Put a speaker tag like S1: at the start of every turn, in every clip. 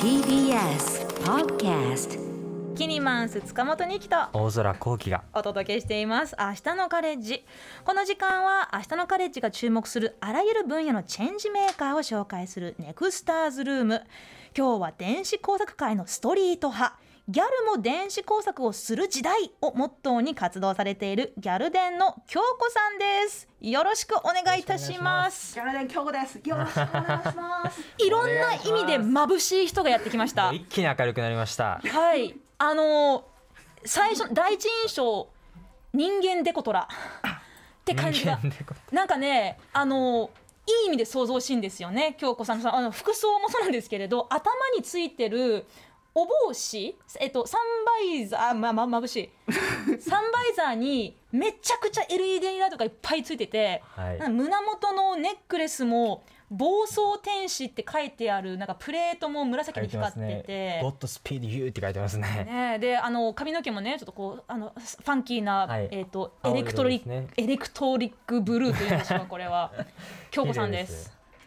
S1: TBS Podcast
S2: キニマンス塚本にきと
S3: 大空幸輝が
S2: お届けしています明日のカレッジこの時間は明日のカレッジが注目するあらゆる分野のチェンジメーカーを紹介するネクスターズルーム今日は電子工作界のストリート派ギャルも電子工作をする時代をモットーに活動されているギャルデンの京子さんですよろしくお願いいたします
S4: ギャルデン京子です。よろしくお願いします。
S2: いろんな意味で眩しい人がやってきました
S3: 一気に明るくなりました
S2: はい、あのー最初第一印象人間デコトラって感じが
S3: 人間でこ
S2: なんかねあのーいい意味で想像しいんですよね京子さんのそのあの服装もそうなんですけれど頭についてるお帽子えっとサンバイザーまあままぶしい サンバイザーにめちゃくちゃ LED ライトがいっぱいついてて、
S3: はい
S2: なんか胸元のネックレスも暴走天使って書いてあるなんかプレートも紫
S3: 書
S2: に
S3: いて
S2: 光
S3: ま
S2: っ
S3: す
S2: てて、
S3: ねゴッドスピードユーって書いてますね
S2: ねえ、であの髪の毛もねちょっとこうあのファンキーな、
S3: はい
S2: えっ、とエ
S3: 青
S2: レ
S3: 色
S2: クトリッ
S3: で
S2: ク、
S3: すね
S2: エレクトリックブルーというんでしょうかこれ は京子さんです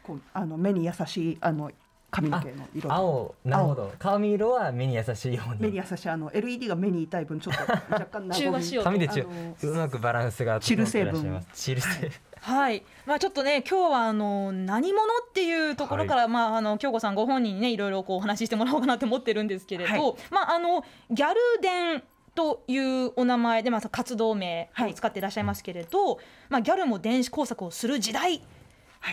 S3: 綺麗です
S4: こうあの目に優しいあの髪の毛の色と。
S3: 青なるほど髪色は目に優しいよう
S4: 目に
S3: に
S4: 優しいあの LED が目に痛い分ちょっと若干な
S2: 中
S4: ご
S2: 和
S4: み。
S2: しようと
S3: 髪でちゅ
S4: あの
S3: うまくバランスが
S4: チル成分
S3: 整ってらっしゃいますチル成分
S2: はいまあちょっとね今日はあの何者っていうところから、まああの京子さんご本人にねいろいろこうお話ししてもらおうかなと思ってるんですけれど、
S4: はい
S2: まああのギャル伝というお名前でまあ活動名を使っていらっしゃいますけれど、まあギャルも電子工作をする時代っ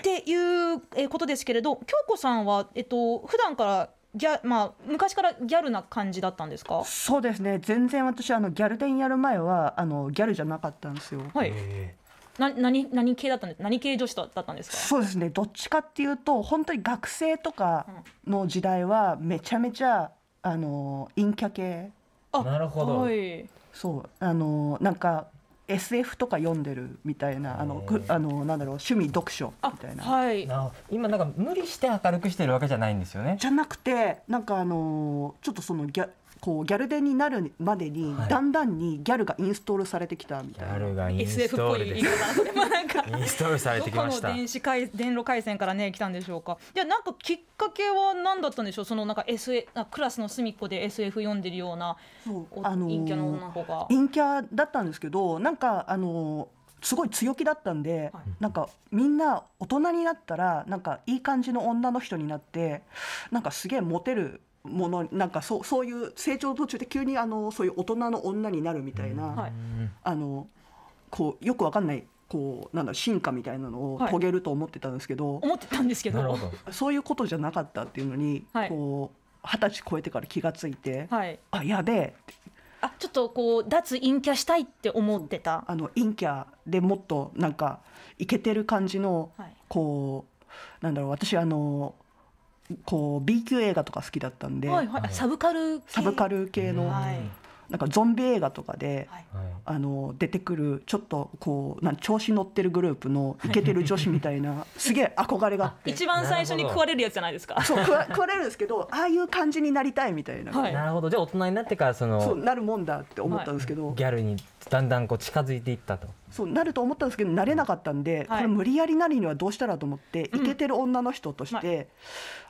S2: ていうえーことですけれど、京子さんはえっと普段からギャまあ昔からギャルな感じだったんですか。
S4: そうですね。全然私あのギャルデンやる前はあのギャルじゃなかったんですよ。
S2: はい。
S3: え
S2: な何何系だったんです何系女子だったんですか。
S4: そうですね。どっちかっていうと本当に学生とかの時代はめちゃめちゃあの陰キャ系。
S2: あ
S3: なるほど
S2: はい。
S4: そうあのなんか SF とか読んでるみたいなあのくあのなんだろう趣味読書み
S2: あ
S4: たいな。
S2: はい
S3: ー。な今なんか無理して明るくしてるわけじゃないんですよね
S4: じゃなくてなんかあのーちょっとそのギャこうギャルデンになるまでに、
S3: はい
S4: だんだんにギャルがインストールされてきたみ
S3: ギ
S4: たい
S3: ャ
S4: な
S3: ルがインス
S2: SF っ
S3: ト
S2: ぽ
S3: ール
S2: い
S3: で
S2: 色
S3: す
S2: だなそれもなんか
S3: インストールされて
S2: ど
S3: き
S2: こ
S3: まし
S2: の
S3: た
S2: 電子回電路回線からね来たんでしょうかいやなんかきっかけは何だったんでしょうそのなんか SF あクラスの隅っこで SF 読んでるような
S4: そう
S2: お
S4: あのー
S2: 陰キャの女の子が
S4: 陰キャだったんですけどなんかあのーすごい強気だったんで、
S2: はい
S4: なんかみんな大人になったらなんかいい感じの女の人になってなんかすげえモテるものなんかそうそういう成長途中で急にあのそういう大人の女になるみたいな、
S2: はい
S3: うん
S4: あのこうよくわかんないこうなんだろう進化みたいなのを
S2: はい
S4: 遂げると思ってたんですけど、
S2: 思ってたんですけど
S3: なるほど
S4: そういうことじゃなかったっていうのに、
S2: はい
S4: こう二十歳超えてから気がついて、
S2: はい
S4: あやべえって
S2: あちょっとこう脱陰キャしたいって思ってた
S4: あの陰キャでもっとなんかイケてる感じの、
S2: はい
S4: こうなんだろう私あのこう B 級映画とか好きだったんで、
S2: はいはいあサブカル系
S4: サブカル系の、
S2: はい
S4: なんかゾンビ映画とかで。
S2: はい
S3: はい
S4: あの出てくるちょっとこうなん調子乗ってるグループのイケてる女子みたいな、すげえ憧れがあって
S2: 一番最初に食われるやつじゃないですか
S4: そう食わ食われるんですけどああいう感じになりたいみたいな、
S2: はい
S3: なるほどじゃあ大人になってからその
S4: そうなるもんだって思ったんですけど、
S3: ギャルにだんだんこう近づいていったと。
S4: そうなると思ったんですけどなれなかったんで、
S2: はい
S4: これ無理やりなりにはどうしたらと思って
S2: う
S4: イ
S2: ん
S4: ケてる女の人として、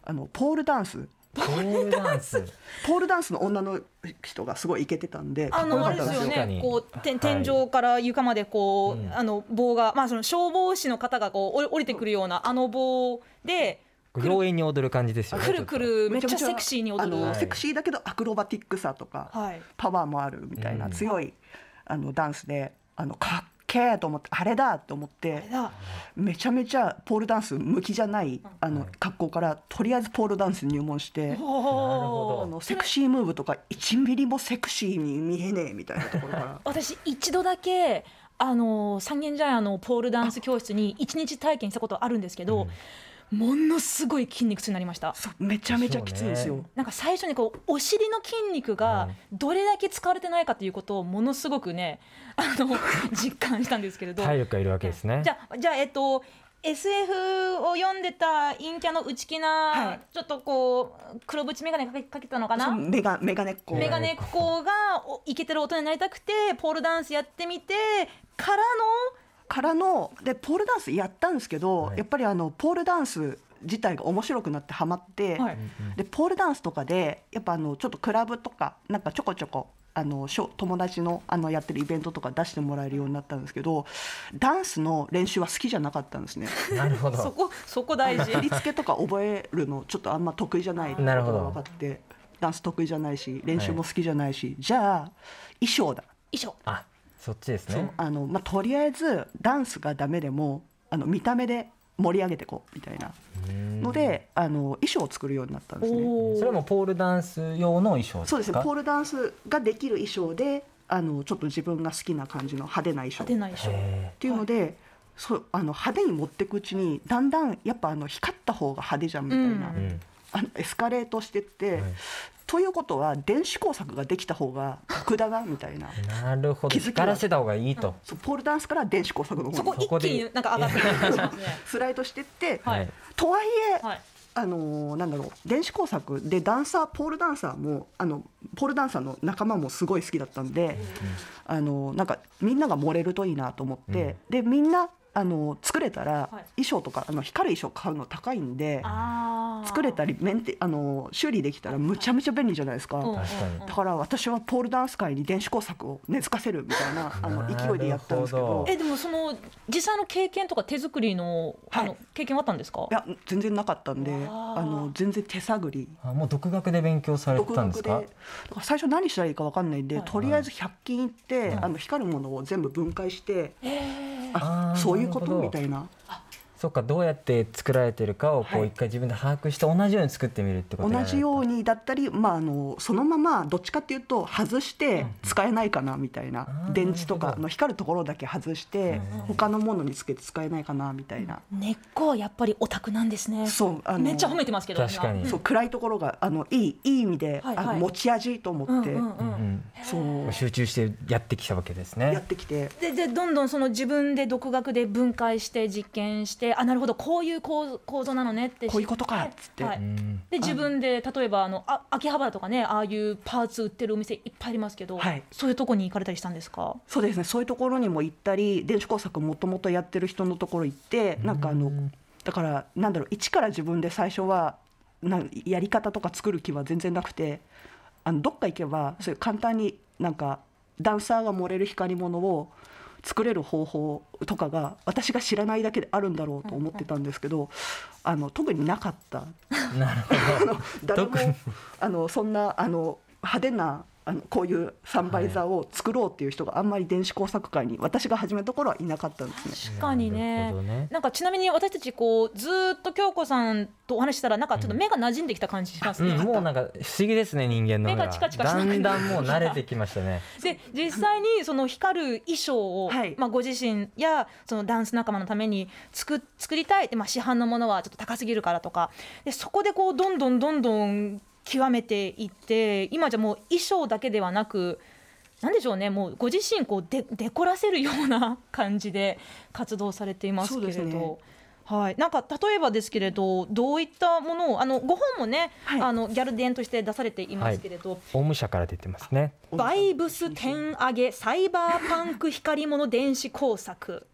S4: あのポールダンス
S3: ポールダンス。
S4: ポールダンスの女の人がすごいイケてたんでか
S2: あ
S4: っこよ
S2: の
S4: か
S2: あ
S4: っ
S2: れ
S4: た
S2: で
S4: んですす
S2: よ
S4: よ。
S3: 確かに
S2: ね、こうて
S3: はい
S2: 天井から床までこう、
S3: うん
S2: あの棒がまあその消防士の方がこうおり降りてくるようなあの棒で
S3: 妖艶に踊る感じですよね。
S2: くるく
S3: ちょっ
S2: るめっちゃセクシーに踊
S4: あの
S2: る。
S3: はい
S4: セクシーだけどアクロバティックさとか、
S2: はい。
S4: パワーもあるみたいな
S3: うん
S4: 強い、あのダンスであのかっけえと思ってあれだと思って
S2: あれだ。
S4: めちゃめちゃポールダンス向きじゃないあの格好からとりあえずポールダンス入門して。
S3: ほど
S4: あのセクシームーブとか1ミリもセクシーに見えねえみたいなとこ ろから
S2: 私一度だけあの三軒茶屋のポールダンス教室に一日体験したことあるんですけど、ものすごい筋肉痛になりました。
S4: そうめちゃめちゃきついんですよ、
S3: そうね
S2: なんか最初にこうお尻の筋肉がどれだけ使われてないかということをものすごくねあの 実感したんですけれ
S3: と
S2: ど
S3: 体力がいるわけですね。
S2: じゃあじゃあえっと SF を読んでた陰キャの内気な、
S4: はい
S2: ちょっとこう黒縁眼鏡かけかけたのか
S4: そう
S2: な
S4: メガメガネっ子
S2: メガネっ子がおイケてる大人になりたくてポールダンスやってみてからの
S4: からのでポールダンスやったんですけど、
S3: はい
S4: やっぱりあのポールダンス自体が面白くなってハマって、
S2: はい
S4: でポールダンスとかでやっぱあのちょっとクラブとかなんかちょこちょこあのしょ友達のあのやってるイベントとか出してもらえるようになったんですけどダンスの練習は好きじゃなかったんですね
S3: なるほ
S2: そ
S3: ど。
S2: こそこ大 事
S4: 振り付けとか覚えるのちょっとあんま得意じゃないってこと
S3: な
S4: が
S3: るほど
S4: 分かってダンス得意じゃないし練習も好きじゃないし、じゃあ衣装だ
S2: 衣装
S3: あ、そっちです
S4: そう
S3: ね。
S4: あの、まあ、とりあえずダンスがダメでもあの見た目で盛り上げてこうみたいな
S3: うん
S4: ので、あの衣装を作るようになったんですね。
S2: おー
S3: それもポールダンス用の衣装ですか。
S4: そうですねポールダンスができる衣装であのちょっと自分が好きな感じの派手な衣装
S2: 派手
S4: っ
S2: な衣装
S3: へ
S4: ていうので、そうあの派手に持っていくうちにだんだんやっぱあの光った方が派手じゃんみたいな、
S3: ーうん
S4: あのエスカレートしてって、
S3: はい
S4: ということは電子工作ができた方が格だなみたいな
S3: なるほど。
S4: 気づきは
S3: 光らせた方がいいと。
S4: そうポールダンスから電子工作の
S2: そ
S4: 方
S2: こ
S4: に
S2: 一気になんか上がってくる感じし ますね
S4: スライドしてって、
S2: はい
S3: はい
S4: とはいえ、
S2: はい
S4: あのーなんだろう電子工作でダンサーポールダンサーもあのポールダンサーの仲間もすごい好きだったんで、あのーなんかみんなが漏れるといいなと思って、でみんなあのー作れたら、
S2: はい
S4: 衣装とかあの光る衣装買うの高いんで
S2: あー
S4: 作れたりメンテあのー修理できたらむちゃむちゃ便利じゃないですか。
S2: うんうんうん
S3: 確かに
S4: だから私はポールダンス界に電子工作を根付かせるみたいなあの勢いでやったんですけ
S3: なるほ
S4: ど
S3: ど
S2: えでもその実際の経験とか手作りの,、あの
S4: は
S2: 経験はあったんですか
S4: いや全然なかったんで
S2: わあ
S4: あの全然手探り
S3: あ、もう独学で勉強されて
S4: 独
S3: たんです
S4: 学でだ
S3: か
S4: か。ら最初何したらいいか分かんないんで、
S2: はい
S4: とりあえず100均行って、
S3: はい
S4: あの光るものを全部分解して、
S2: えー
S4: あ
S3: あー
S4: そういうこ
S3: な
S4: と
S3: るほど
S4: みたいな
S3: そっか、どうやって作られてるかをこ
S4: は
S3: う
S4: い
S3: 一回自分で把握して同じように作ってみるってこと
S4: 同
S3: になる
S4: じようにだったり、まあ、あのそのままどっちかっていうと外して使えないかなみたいな、
S3: うん
S4: 電池と
S3: な
S4: か
S3: るほど
S4: の光るところだけ外して、他のものにつけて使えないかなみたいな、
S2: 根っこはやっぱりオタクなんですね
S4: そうあの
S2: めっちゃ褒めてますけど
S3: 確かに
S2: 今
S4: そう暗いところがあのいいいい意味で、
S2: はい
S4: あ
S2: は
S4: の
S2: い
S4: 持ち味と
S2: う
S4: 思
S2: ん
S4: って、
S2: うんうんうん
S3: ん
S4: そう
S3: うん集中してやってきたわけですね。
S4: やってきて。
S2: ででどんどんその自分で独学で分解して実験してあなるほどこういう構造構造なのねって知って
S4: こういうことかっつって
S2: はい
S3: うん
S2: で自分で例えばあのあ秋葉原とかねああいうパーツ売ってるお店いっぱいありますけど、
S4: はい
S2: そういうとこに行かれたりしたんですか
S4: そうですねそういうところにも行ったり電子工作もともとやってる人のところ行ってなんかあのだからなんだろう一から自分で最初はなんやり方とか作る気は全然なくてあのどっか行けばそういう簡単になんかダンサーが盛れる光り物を作れる方法とかが私が知らないだけであるんだろうと思ってたんですけど、あの特になかった
S3: なるほど。
S4: 誰
S3: 特に
S4: もあのそんなあの派手なあのこういうサンバイザーを作ろうっていう人があんまり電子工作会に私が始めた頃はいなかったんですね。
S2: 確かに
S3: な
S2: ね
S3: るほどね
S2: なんかちなみに私たちこうずーっと京子さんとお話ししたらなんかちょっと目が馴染んできた感じします
S3: う
S2: ね、
S3: ん、もうなんか不思議ですね人間の
S2: 目がチカチカしな
S3: だ
S2: くなる
S3: んだんもう慣れてきましたね
S2: で実際にその光る衣装を、
S4: はい
S2: まあ、ご自身やそのダンス仲間のために作作りたいで、まあ、市販のものはちょっと高すぎるからとかでそこでこうどんどんどんどん極めていって今じゃもう衣装だけではなくなんでしょうねもうご自身こうでデコらせるような感じで 活動されていますけれ
S4: そ
S2: ど。
S4: うですね
S2: はい、なんか例えばですけれどどういったものをあのご本もね、
S4: はい
S2: あのギャル伝として出されていますけれど、
S3: 法務者から出てますね
S2: バイブス天上げサイバーパンク光物電子工作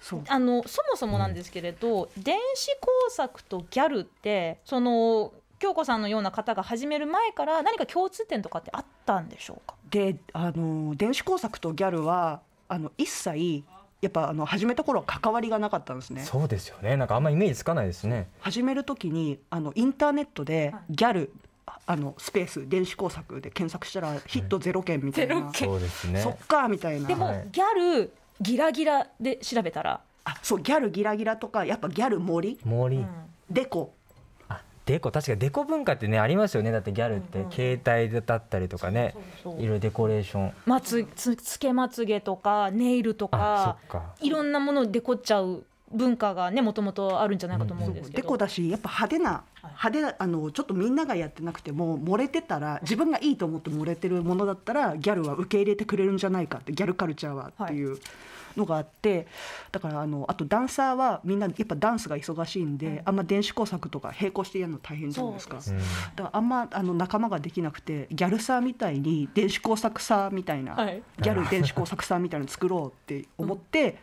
S4: そう
S2: あのそもそもなんですけれど、電子工作とギャルってその京子さんのような方が始める前から何か共通点とかってあったんでしょうか
S4: であの電子工作とギャルはあの一切やっぱあの始めた頃は関わりがなかったんですね。
S3: そうですよねなんかあんまイメージつかないですね
S4: 始める時にあのインターネットで
S2: はい
S4: ギャルああのスペース電子工作で検索したらヒットゼロ件みたいな、
S2: ゼロ件
S3: そうですね
S4: そっかみたいな
S2: でも、
S3: はい
S2: ギャルギラギラで調べたら、
S4: あそうギャルギラギラとかやっぱギャル森
S3: 森、
S2: うん
S4: デコ
S3: あデコ確かデコ文化ってねありますよねだってギャルって、
S2: うんうん
S3: 携帯だったりとかね
S2: そう
S3: いろいろデコレーション
S2: まつつつけまつげとかネイルと
S3: あ
S2: か
S3: そっか
S2: いろんなものをデコっちゃう文化がねもともとあるんじゃないかと思うんですけ
S4: デ
S2: ど、
S4: コだしやっぱ派手な派手なあのちょっとみんながやってなくても漏れてたら自分がいいと思って漏れてるものだったらギャルは受け入れてくれるんじゃないかってギャルカルチャーはっていうのがあって、だからあのあとダンサーはみんなやっぱダンスが忙しいんで、あんま電子工作とか並行してやるの大変じゃないですか。
S3: うん
S4: だからあんまあの仲間ができなくてギャルサーみたいに電子工作サーみたいな、
S2: はい
S4: ギャル電子工作サーみたいなの作ろうって思って、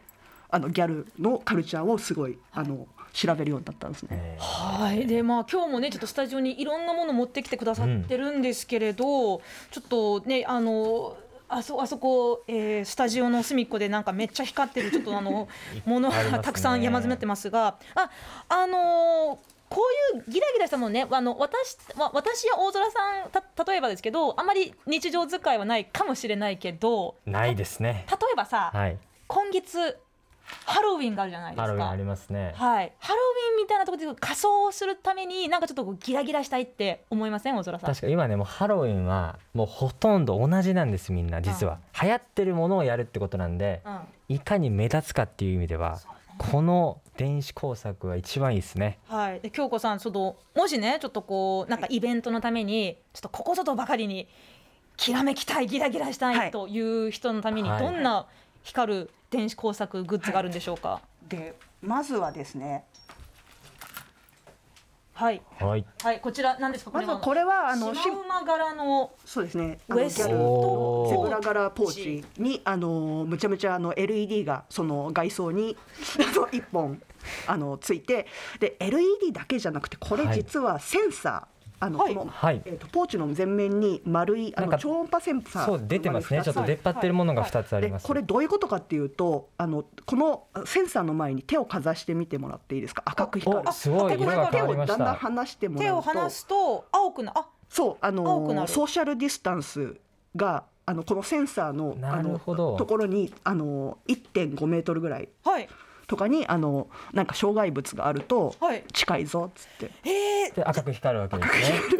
S4: あのギャルのカルチャーをすごいあの調べるようになったんですね。
S3: えー
S2: はいでまあ今日もねちょっとスタジオにいろんなもの持ってきてくださってるんですけれど、ちょっとねあのあそあそこ、えースタジオの隅っこでなんかめっちゃ光ってるちょっとあ のもの
S3: あります
S2: が
S3: ね
S2: たくさん山積みになってますがああのーこういうギラギラしたものねあの私わ私や大空さんた例えばですけどあまり日常使いはないかもしれないけど
S3: ないですね。
S2: 例えばさ、
S3: はい。
S2: 今月ハロウィンがあるじゃないですか。
S3: ハロウィンありますね。
S2: はい、ハロウィンみたいなところで仮装をするためになんかちょっとこうギラギラしたいって思いません大空さん
S3: 確か今ねもうハロウィンはもうほとんど同じなんですみんな実は、流行ってるものをやるってことなんで、
S2: うん
S3: いかに目立つかっていう意味では、この電子工作は一番いいですね
S2: はい、で京子さんそのもしねちょっとこうなんかイベントのためにちょっとここぞとばかりにきらめきたいギラギラした
S4: はいい
S2: という人のために
S3: はい
S2: どんな光る電子工作グッズがあるんでしょうか
S4: でまずはですね
S2: はい、
S3: はい
S2: はい、こちら何ですかこ
S4: ま
S2: れ
S4: ず
S2: は
S4: はこれはあの
S2: シ
S4: シン
S2: マウマ柄の
S4: そうですねあ
S2: ウ
S4: の
S2: エスト
S4: ギャル
S3: お
S4: ゼ
S3: ー
S4: ブラ柄ポーチにあのむちゃむちゃあの LED がその外装に あの一本あのついてで LED だけじゃなくてこれ
S3: はい
S4: 実はセンサー、あの
S2: はい
S4: この
S3: はい
S4: えー、とポーチの前面に丸いあ
S3: なん
S4: の
S3: か
S4: 超音波センサー
S3: そう出てますね
S4: 丸
S3: ちょ
S4: 二
S3: っと
S4: つ
S3: 出っ張ってるものが2つあり
S4: で
S3: ます、
S4: これどういうことかっていうとあのこのセンサーの前に手をかざしてみてもらっていいですか赤く光る
S3: おすごい
S4: 手を
S3: 色が変わりました
S4: だんだん離してもらうと
S2: 手を離すと青くなあ
S4: そうあの
S2: 青くなる
S4: ソーシャルディスタンスがあのこのセンサーのあ
S3: なる
S4: の
S3: ほど
S4: ところにあの1.5メートルぐらい
S2: はい
S4: とかにあのなんか障害物があると
S2: はい
S4: 近いぞっつって、
S2: へえ
S3: で赤く光るわけで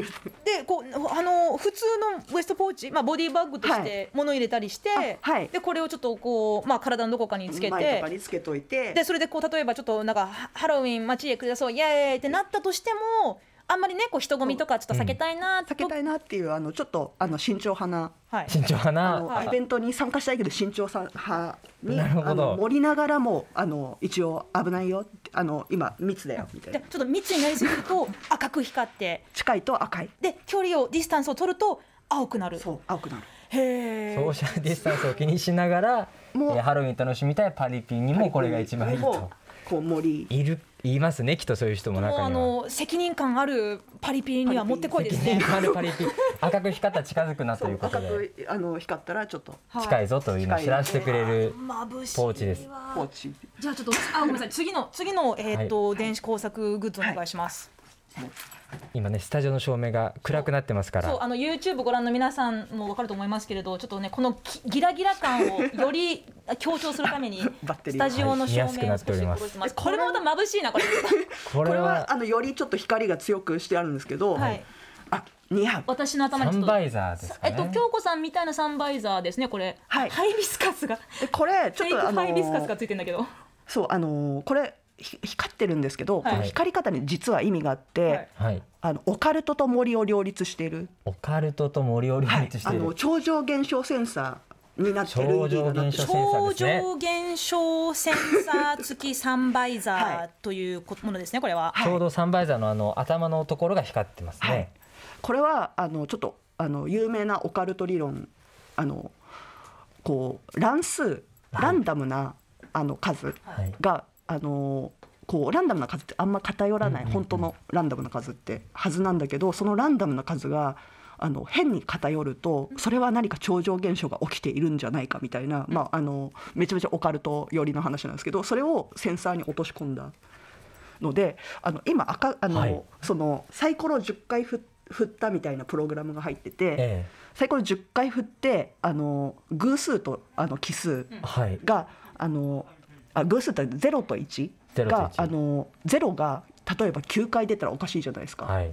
S3: すね
S2: でこうあの普通のウエストポーチ、まあ、ボディバッグとして物入れたりして、
S4: あはい
S2: でこれをちょっとこう、まあ、体のどこかにつけ
S4: 前とか
S2: て
S4: につけといて
S2: でそれでこう例えばちょっとなんかハハロウィン街へ繰り出そうイエーイってなったとしてもあんまりねこう人混みとかちょっと避けたいなと、
S4: 避けたいなっていうあのちょっとあの慎重派な
S2: はい、
S3: 慎重派
S4: あ
S3: な、
S4: の、
S2: はい
S4: イベントに参加したいけど慎重さ派に
S3: なるほど
S4: あの盛りながらもあの一応危ないよってあの今密だよみたい
S2: で
S4: な
S2: ちょっと密になりすぎると赤く光って
S4: 近いと赤い
S2: で距離をディスタンスを取ると青くなる
S4: そう青くなる
S2: へえ
S3: ソーシャルディスタンスを気にしながら
S4: もう
S3: えーハロウィン楽しみたいパリピにもこれが一番いいと
S4: もうこう盛り
S3: いる言いますねきっとそういう人も
S2: もう
S3: 中
S2: あ
S3: には。
S2: の責任感あるパリピにはもってこいで
S3: 責
S2: す
S3: 任
S2: ね。
S3: 感あるパリピ赤く光ったら近づくなと
S4: そ
S3: いううこ
S4: 赤
S3: とで
S4: くあの光ったらちょっと
S2: はい
S3: 近いぞというのを知らせてくれる
S2: 眩しい
S3: ポーチです
S2: わ
S4: ポーチ
S2: じゃあちょっとあごめんなさい次の次のえーっと、電子工作グッズお願いします。
S3: 今ねスタジオの照明が暗くなってますか
S2: そう
S3: ら
S2: あの YouTube ご覧の皆さんもわかると思いますけれどちょっとねこのきギラギラ感をより強調するため に
S4: バッテ
S2: ス
S4: リー
S2: タジオの照明を
S3: はい見やすく
S2: 少して
S3: なっおります
S2: 動いてますこれもまた眩しい なこれ。
S3: こ
S4: こ
S3: れ
S4: れ
S3: は
S4: はあのよりちょっと光が強くしてあるんですけど、
S2: はい。
S4: あ似合う
S2: 私の頭に
S3: サ
S2: ちょ
S3: ン
S2: っと
S3: バ。イザーですか
S2: え
S3: ね
S2: っと京子さんみたいなサンバイザーですねこれ。
S4: はい
S2: ハイビスカスが。
S4: でこれち
S2: フ
S4: ょ
S2: ェ
S4: っ
S2: イク
S4: とあの
S2: ハイビスカスがついてんだけど。
S4: そうあのこれひ光ってるんですけど、
S2: はい
S4: この光り方に実は意味があって、
S2: はい
S3: はい
S4: あのオカルトと森を両立している
S3: オカルトと森を両立して
S4: あ
S3: いる、
S4: の超常現象センサーになってる
S3: 超常現象
S4: なってる
S3: センサ
S2: 超
S3: ーですね
S2: 常現象センサー付きサンバイ
S4: は
S2: ザ
S4: い
S2: ーというこものですねこれは。
S3: ちょうどサンバイザーのあの頭のところが光ってますね、
S4: はいこれはあのちょっとあの有名なオカルト理論あのこう乱数
S3: はい
S4: ランダムなあの数
S3: はい
S4: があのこうランダムな数ってあんま偏らない
S3: うんうんうん
S4: 本当のランダムな数ってはずなんだけどそのランダムな数があの変に偏るとそれは何か超常現象が起きているんじゃないかみたいな、まあ、あのめちゃめちゃオカルト寄りの話なんですけどそれをセンサーに落とし込んだのであの今赤あの、
S3: はい
S4: そのサイコロ10回ふ振ったみたいなプログラムが入ってて、
S3: え
S4: サイコロ10回振ってあの偶数とあの奇数
S3: えはい
S4: が、あのあ偶数って0と1
S3: 0と
S4: が
S3: 1
S4: あの0が例えば9回出たらおかしいじゃないですか、
S3: はい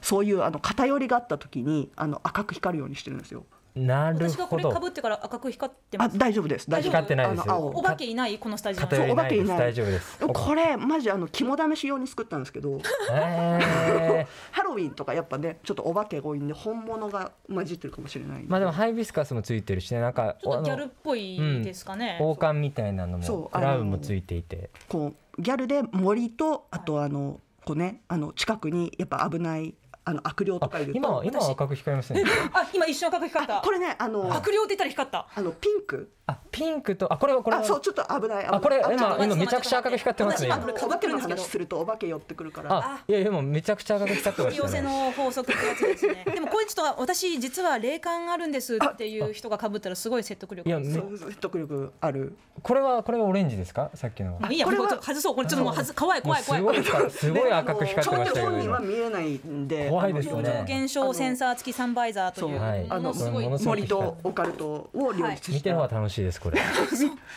S4: そういうあの偏りがあった時にあの赤く光るようにしてるんですよ。
S3: なる
S2: 私がこ
S3: ほ
S2: れ被
S3: ど
S2: ってから赤く光って
S4: あ
S2: ます。
S4: 大丈夫です大丈夫
S3: 光ってないです
S4: あの青
S2: お化けいないこのスタジオに。
S3: 偏りないです
S4: そうお化けいない
S3: 大丈夫です
S4: でもこれマジあの肝試し用に作ったんですけど
S3: ええ
S4: ハロウィンとかやっぱねちょっとお化けが多いんで本物が混じってるかもしれないんで
S3: まあでもハイビスカスもついてるしねなんか
S2: ちょっとギャ
S3: あ
S2: ルっ
S3: の
S2: ぽいですかね。
S3: 王冠みたいなのも
S4: そう
S3: クラウンもついていて
S4: こうギャルで森とあとあのこうねあの近くにやっぱ危ないあの悪霊と
S3: あ
S4: かいると
S3: 今は今は
S4: 私
S3: 赤く光りますね
S2: あ今一瞬赤く光った。
S4: これねあの
S2: 悪霊って言ったら光った。
S4: あのピンク
S3: あピンクとあこれはこれは
S4: あそうちょっと危ない危ない
S3: あこれ
S4: ちょっ
S3: 今
S4: と待って
S3: 今めちゃくちゃ赤く光ってますね
S2: 今
S4: あのお化けの話するとお化け寄ってくるから
S3: あいやいやもうめちゃくちゃ赤く光ってま
S2: 引き寄
S3: した
S2: せ
S3: ね
S2: の法則ってやつです ねでもこれちょっと私実は霊感あるんですっていう人が被ったらすごい説得力
S3: いや
S2: も
S3: め
S4: そう説得力ある
S3: これはこれはオレンジですかさっきのは
S2: ういいやこ
S4: こ
S2: れ
S4: れは
S2: 外そうこれちょっともう外す怖い
S3: もう
S2: 怖い怖い
S3: すごいかすごい赤く光ってました
S4: ちょ
S3: よ
S4: っと本人は
S3: 今
S4: 見えないんで
S3: 怖いですね
S4: あの
S3: 表情
S2: 現象センサー付きサンバイザーという
S4: そう
S3: はい
S2: ものすごい
S3: あの
S4: 森とオカルトを両立
S3: 見
S4: してて、
S3: る方が楽しいですこれ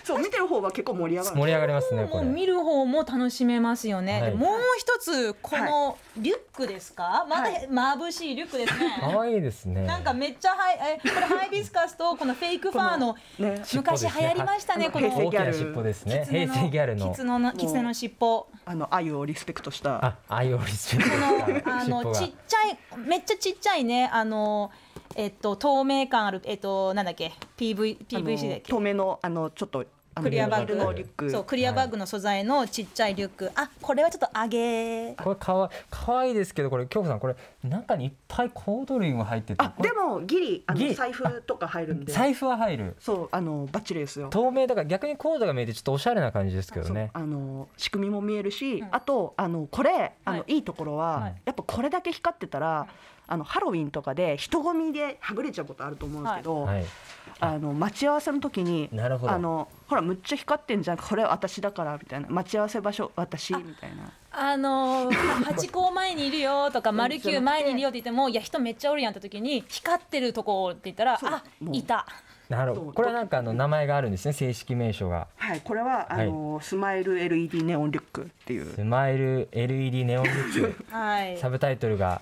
S4: そう見てる方は結構盛り上がる
S3: 盛り上がりますね
S2: も
S3: こ
S2: う
S3: れ
S2: 見る方も楽しめますよね、
S3: はい
S2: でもう一つこのリュックですか、ま
S4: は
S2: だ眩しいリュックです ね、
S3: 可愛いですね
S2: なんかめっちゃハイえこれハイビスカスとこのフェイクファーの
S4: ね
S3: 尻尾で
S2: 昔
S3: す
S2: 流
S3: ね
S2: 行りましたね
S4: はい
S2: この
S4: 平
S3: 大
S4: 成ギ
S3: き
S4: ャル
S3: な尻尾ですね
S2: 狐
S3: 平
S2: の
S3: 成ギャルの
S2: 狐の狐の尻尾
S4: あの愛をリスペクトした
S3: あ愛をリスペクトした
S2: あ
S3: 尻尾
S2: の
S3: が
S2: ちっちゃいめっちゃちっちゃいねあのえっと透明感あるえっとなんだっけ PV
S4: あの
S2: PVC だっけ
S4: 透明のあのちょっとあの
S2: クリアバッ
S4: ビニールの
S2: グ
S4: リュック
S2: そうクリアバッグの素材のちっちゃいリュック、あこれはちょっと上げ
S3: これかわ可愛いですけどこれ京子さんこれ中にいっぱいコード類も入ってて
S4: あ
S3: これ
S4: でもギリあ
S3: ギ
S4: の
S3: リ
S4: 財布とか入るんで
S3: 財布は入る
S4: そうあのバッチリですよ
S3: 透明だから逆にコードが見えてちょっとおしゃれな感じですけどね
S4: そうあの仕組みも見えるし、
S2: うん
S4: あとあのこれあの、
S2: はい
S4: い、いところは、
S3: はい
S4: やっぱこれだけ光ってたら、あのハロウィンとかで人混みではぐれちゃうことあると思うんですけど、
S3: はい
S4: あの待ち合わせの時に
S3: なるほど
S4: あのほらむっちゃ光ってんじゃんこれ私だからみたいな待ち合わせ場所私みたいな
S2: あの八甲前にいるよとか丸九前にいるよって言ってもいや人めっちゃおるやんって時に光ってるとこって言ったら
S4: そう
S2: あ
S4: もう
S2: いた
S3: なるほ
S4: そ
S3: ど
S4: う
S3: これはなんかあの名前があるんですね正式名称が
S4: はいこれはあの、スマイル LED ネオンリュックっていう
S3: スマイル LED ネオンリュッ
S2: はい
S3: クサブタイトルが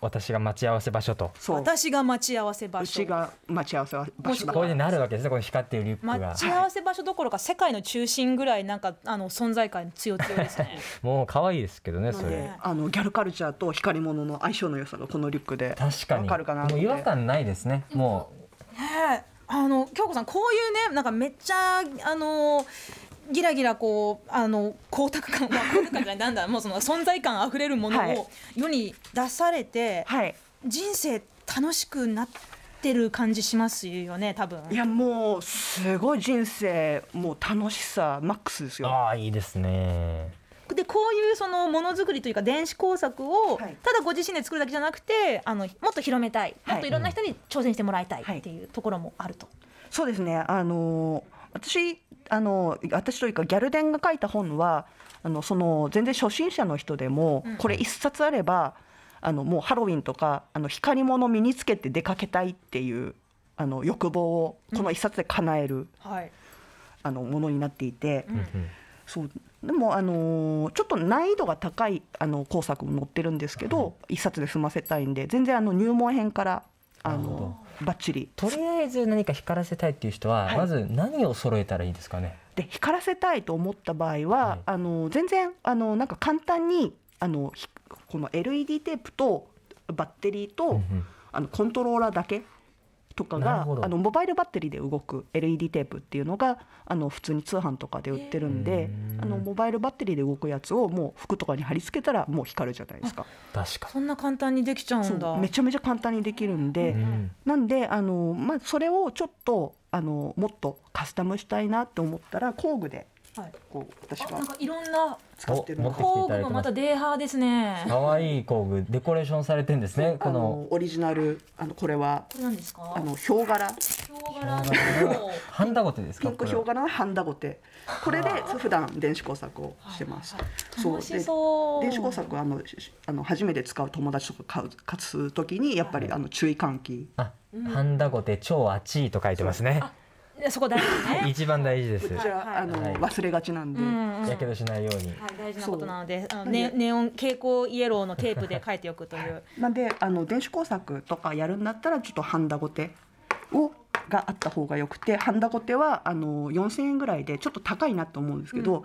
S3: 私が待ち合わせ場所と
S4: そう
S2: 私が待ち合わせ場
S4: う
S2: 所
S4: ちが待ち合わせは場
S2: もしく
S4: 所
S2: は
S4: だ
S3: これでなるわけですねこの光ってるリュックが
S2: 待ち合わせ場所どころか世界の中心ぐらいなんかあの存在感強強です ね
S3: もう可愛いですけどねそ
S2: な
S3: れ
S2: んで
S4: あのギャルカルチャーと光り物の相性の良さがこのリュックで
S3: 確かに
S4: わかるかなと
S3: もう
S4: 思
S3: 違
S4: って
S3: 和感ないですねも
S2: ねえあの京子さんこういうねなんかめっちゃあのギラギラこうあの光沢感は光沢感じゃないなんだもうその存在感あふれるもの
S4: は
S2: を
S4: い
S2: 世に出されて、
S4: はい
S2: 人生楽しくなってる感じしますよね多分
S4: いやもうすごい人生もう楽しさマックスです
S3: う
S4: よ。
S3: ああいいですね
S2: でこういうそのものづくりというか電子工作を
S4: はい
S2: ただご自身で作るだけじゃなくてあのもっと広めたい
S4: はい
S2: もっといろんな人に挑戦してもらいたい
S4: はい
S2: っていうところもあると。
S4: そうですね。あの私あの私というかギャルデンが書いた本はあのその全然初心者の人でも
S2: うん
S4: これ一冊あれば、あのもうハロウィンとかあの光り物身につけて出かけたいっていうあの欲望をこの一冊で叶える、
S2: はい
S4: あのものになっていて。
S2: うん
S3: うん
S4: そうでも、あのーちょっと難易度が高いあの工作も載ってるんですけど、一冊で済ませたいんで全然あの入門編から、あ
S3: なる
S4: のバッチリ
S3: とりあえず何か光らせたいっていう人は、
S4: はい
S3: まず何を揃えたらいいですかね
S4: で光らせたいと思った場合は、
S3: はい
S4: あの全然あのなんか簡単にあのひこの LED テープとバッテリーと、
S3: うんうん
S4: あのコントローラーだけとか
S3: なる
S4: が
S3: ほど
S4: あのモバイルバッテリーで動く LED テープっていうのがあの普通に通販とかで売ってるんで、
S3: へー
S4: あのモバイルバッテリーで動くやつをもう服とかに貼り付けたらもう光るじゃないですか。
S3: 確か
S2: そんな簡単にできちゃう
S4: そ
S2: んだ。
S4: うめちゃめちゃ簡単にできるんで、
S3: に、うん
S4: なんであの、まあ、それをちょっとあのもっとカスタムしたいなって思ったら工具で
S2: はい、
S4: こう私
S2: あ
S4: は
S2: なんかいろんな
S4: 使ってる
S3: お
S4: の
S3: 持ってきて
S2: 工具
S3: いただい
S2: も
S3: て
S2: ま
S3: ま
S2: た
S3: す
S2: デーハーですね。こ
S3: 可愛い工具デコレーションされてんですねこ
S4: あ
S3: の
S4: のオリジナルあのこれは
S2: れなんですか
S4: あ。のヒョウ柄
S2: ヒョウ柄の
S3: ハンダゴテです
S4: ピ
S3: か
S4: ンク
S3: こ
S4: ヒ
S3: れ
S4: ョウ
S3: は
S4: 柄のハンダゴテこれで普段電子工作をしてます。そう
S2: 楽
S4: で
S2: しそう。
S4: 電子工作はあのししあの初めて使う友達とか買う買う時にやっぱりあの注意喚起
S3: あハンダゴテ超あちいと書いてますね
S2: いやそこ大事 ね。
S3: 一番大事で
S4: こ
S3: す
S4: ちらあの
S3: はい
S4: 忘れがちなんで、
S2: うんうん
S3: やけどしないように
S2: はい、大事なことなので、あのネネオン蛍光イエローのテープで書いておくという。
S4: なんであの電子工作とかやるんだったらちょっとハンダゴテをがあった方がよくてハンダゴテはあの4,000円ぐらいでちょっと高いなと思うんですけど、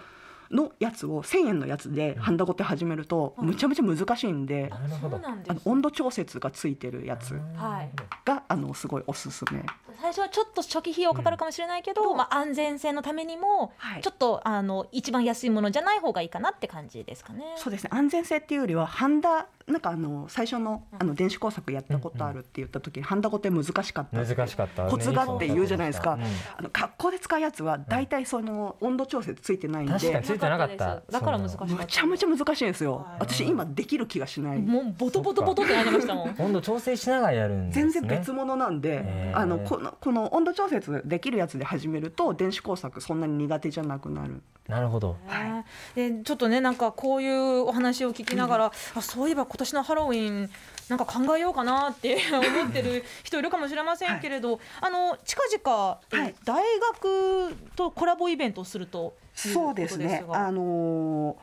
S4: のやつを1,000円のやつでハンダゴテ始めるとむちゃむちゃ難しいんで
S3: なるほ
S2: そう
S3: ど。
S2: なん
S4: あ
S2: で
S4: の
S2: す
S4: 温度調節がついてるやつ
S2: はい
S4: があのすごいおすすめ。
S2: 最初はちょっと初期費用かかるかもしれないけど、まあ、安全性のためにも、
S4: はい
S2: ちょっとあの一番安いものじゃない方がいいかなって感じですかね。
S4: そうですね安全性っていうよりはハンダなんかあの最初のあの電子工作やったことあるって言った時にハンダゴテ難しかったって
S3: 難しかった。
S4: コツがって言うじゃないですか、
S3: うん
S4: あの格好で使うやつは大体その温度調節ついてないん
S3: 確か
S4: で
S3: についてなかった
S2: ですだから難しかった
S4: むちゃむちゃ難しいんですよ
S2: はい
S4: 私今できる気がしない
S2: もうボトボトボトってなりましたもん
S3: 温度調整しながらやるんです
S4: 全
S3: ね。
S4: 然別物なんで、
S3: へー
S4: あのこのこの温度調節できるやつで始めると電子工作そんなに苦手じゃなくなる
S3: なるほど。
S4: は
S2: でちょっとねなんかこういうお話を聞きながら、あそういえば今年のハロウィンなんか考えようかなって思ってる人いるかもしれませんけれど、あの近々、え
S4: はい
S2: 大学とコラボイベントをするという
S4: そうですね
S2: こと
S4: あ
S2: が
S4: の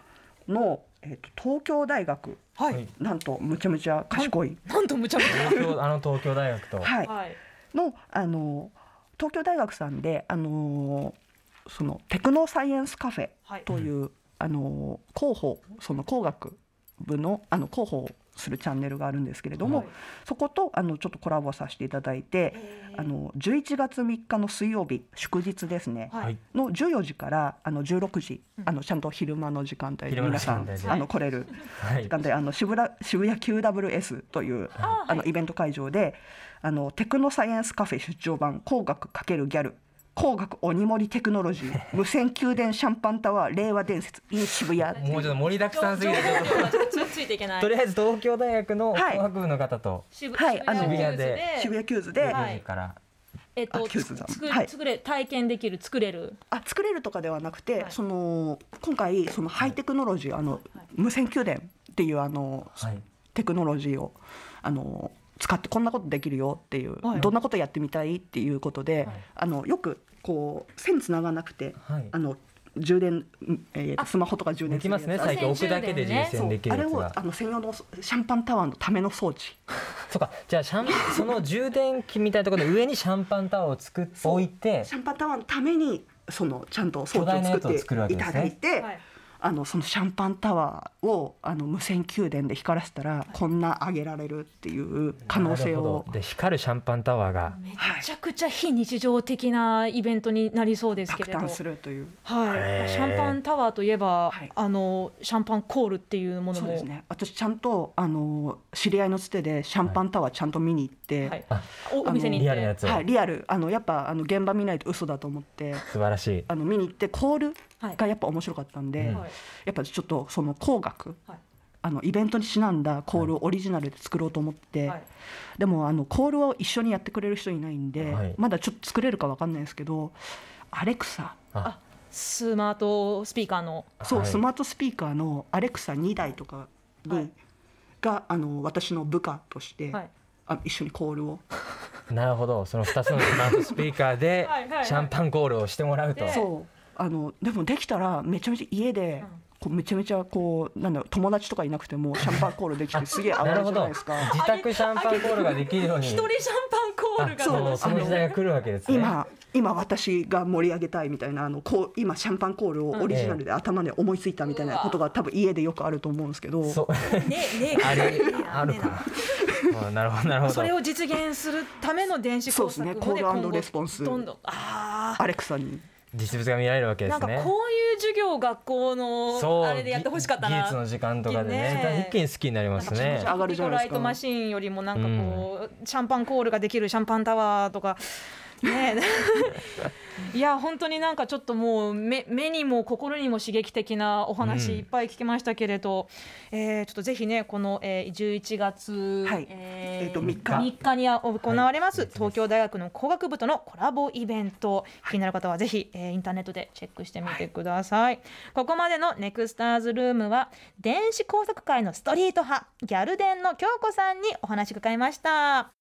S4: ーの、えっと東京大学
S2: はい、
S4: なんとむちゃむちゃ賢い
S2: なんと無茶ぶ
S3: 東京あの東京大学と。
S4: はい
S2: り、はい、
S4: のあの東京大学さんであのそのテクノサイエンスカフェ
S2: はい
S4: という、あの広報その工学部のあの広報をするチャンネルがあるんですけれども、
S2: はい
S4: そことあのちょっとコラボさせていただいて
S2: へー
S4: あの11月3日の水曜日祝日ですね、
S2: はい
S3: はい。
S4: の14時からあの16時、
S2: うん
S4: あのちゃんと昼間の時間帯で
S3: 昼間の
S4: 皆
S3: 時
S4: さ
S3: 間帯
S4: ん
S3: で
S4: あの来れる
S3: はい
S4: 時間帯あの渋谷渋谷 QWS という
S2: あ
S4: あのイベント会場であのテクノサイエンスカフェ出張版工学×ギャル工学鬼盛りテクノロジー無線給電シャンパンタワー令和伝説 in 渋谷
S3: もうちょっと盛りだくさんすぎてちょっと。
S2: ついていけない
S3: とりあえず東京大学の
S4: はい
S3: 工学部の方と
S2: 渋
S4: はいあの
S2: 渋谷で
S4: 渋谷キューズで、
S2: はい
S3: 10時から
S2: えっと
S4: あキューズさん
S2: つく
S4: はい
S2: 作れ体験できる作れる
S4: あ作れるとかではなくて、
S2: はい
S4: その今回そのハイテクノロジーあの、
S2: はい
S4: 無線給電っていうあの、
S3: はい
S4: テクノロジーをあの使ってこんなことできるよっていう、
S2: はい
S4: どんなことやってみたいっていうことで、
S3: はい
S4: あのよくこう線つながなくて
S3: はい
S4: あ。の充電、んえー
S2: あ
S4: スマホとか充電
S3: できますね
S4: やつ
S2: そう
S3: 最近置くだけで
S2: ね
S3: 充
S4: そう
S3: 電できる
S4: あれ
S3: やつ
S4: を
S3: が
S4: あの専用のシャンパンタワーのための装置
S3: そうかじゃあシャンその充電器みたいなところの上にシャンパンタワーを作っ置いて
S4: シャンパンタワーのためにそのちゃんと装置を作っていただいて、
S2: はい
S4: あのそのシャンパンタワーをあの無線給電で光らせたらこんな上げられるっていう可能性
S3: なるほ
S4: を
S3: どで光るシャンパンタワーが
S2: めちゃくちゃ非日常的なイベントになりそうですけ
S4: 爆
S2: れど、はい
S4: 誕するという。
S3: へー
S2: シャンパンタワーといえば、
S4: はい
S2: あのシャンパンコールっていうもの
S4: そう
S2: も、
S4: ですね私ちゃんとあの知り合いのつてでシャンパンタワーちゃんと見に行って、
S2: はい
S3: あ、
S2: おお店に
S3: リ
S2: 行
S3: ア
S2: っ
S3: ルなや
S2: て
S3: つを、
S4: はいリアルあのやっぱあの現場見ないと嘘だと思って
S3: 素晴らしい
S4: あの見に行ってコール
S2: はい
S4: がやっぱ面白かったんで、
S3: うん
S2: はい
S4: やっぱちょっとその工学、
S2: はい
S4: あのイベントにちなんだコールをオリジナルで作ろうと思って、
S2: はい
S4: でもあのコールを一緒にやってくれる人いないんで、
S3: はい
S4: まだちょっと作れるかわかんないですけどアレクサ
S3: あ
S2: スマートスピーカーの
S4: そう、
S3: はい
S4: スマートスピーカーのアレクサ2台とかに、
S2: はい
S4: があの私の部下として、
S2: はい
S4: あの一緒にコールを、
S3: なるほどその2つのスマートスピーカー で
S2: はいはいはい
S3: シャンパンコールをしてもらうと
S2: でええ
S4: そうあのでもできたらめちゃめちゃ家で。
S2: うん
S4: こうめちゃめちゃこうなんだろう友達とかいなくてもシャンパンコール できてすげえ上が
S3: なる
S4: るじ
S3: ほ
S4: ゃな
S3: ど
S4: いですか。
S3: 自宅シャンパンコールができるように
S2: 一人シャンパンコール
S3: あ
S2: が
S3: そ
S2: 楽
S3: う
S2: しい
S3: その時代が来るわけですね
S4: 今今私が盛り上げたいみたいなあのこう今シャンパンコールをオリジナルで頭で思いついたみたいなことが多分家でよくあると思うんですけど
S3: そう
S2: ねね
S3: あれ
S2: ね
S3: あるかなあなるほどなるほど
S2: それを実現するための電子工作もね
S4: そうですねコール
S2: 今後
S4: レスポンス
S2: どんどんあ
S4: アレクサに
S3: 実物が見られるわ
S2: あ
S3: けで
S2: なん
S3: す
S2: か
S3: ね
S2: こういう授業を学校のあれでやってほしかった
S3: 技
S2: な
S3: 術の時間とかでね
S2: ね
S3: 一気に好きになりますね
S4: 上がるじゃ
S2: ピコ
S4: ないですか
S2: ライトマシーンよりもなんかこう、シャンパンコールができるシャンパンタワーとか。 ねえいや本当になんかちょっともう目目にも心にも刺激的なお話
S3: うん
S2: いっぱい聞きましたけれど、えーちょっとぜひねこの、えー、11月、
S4: はい
S2: え
S4: えーと三日
S2: 3日には行われます、
S3: はい
S2: 東京大学の工学部とのコラボイベント気になる方はぜひ、えーインターネットでチェックしてみてください、ここまでのネクスターズルームは電子工作界のストリート派ギャルデンの京子さんにお話伺いました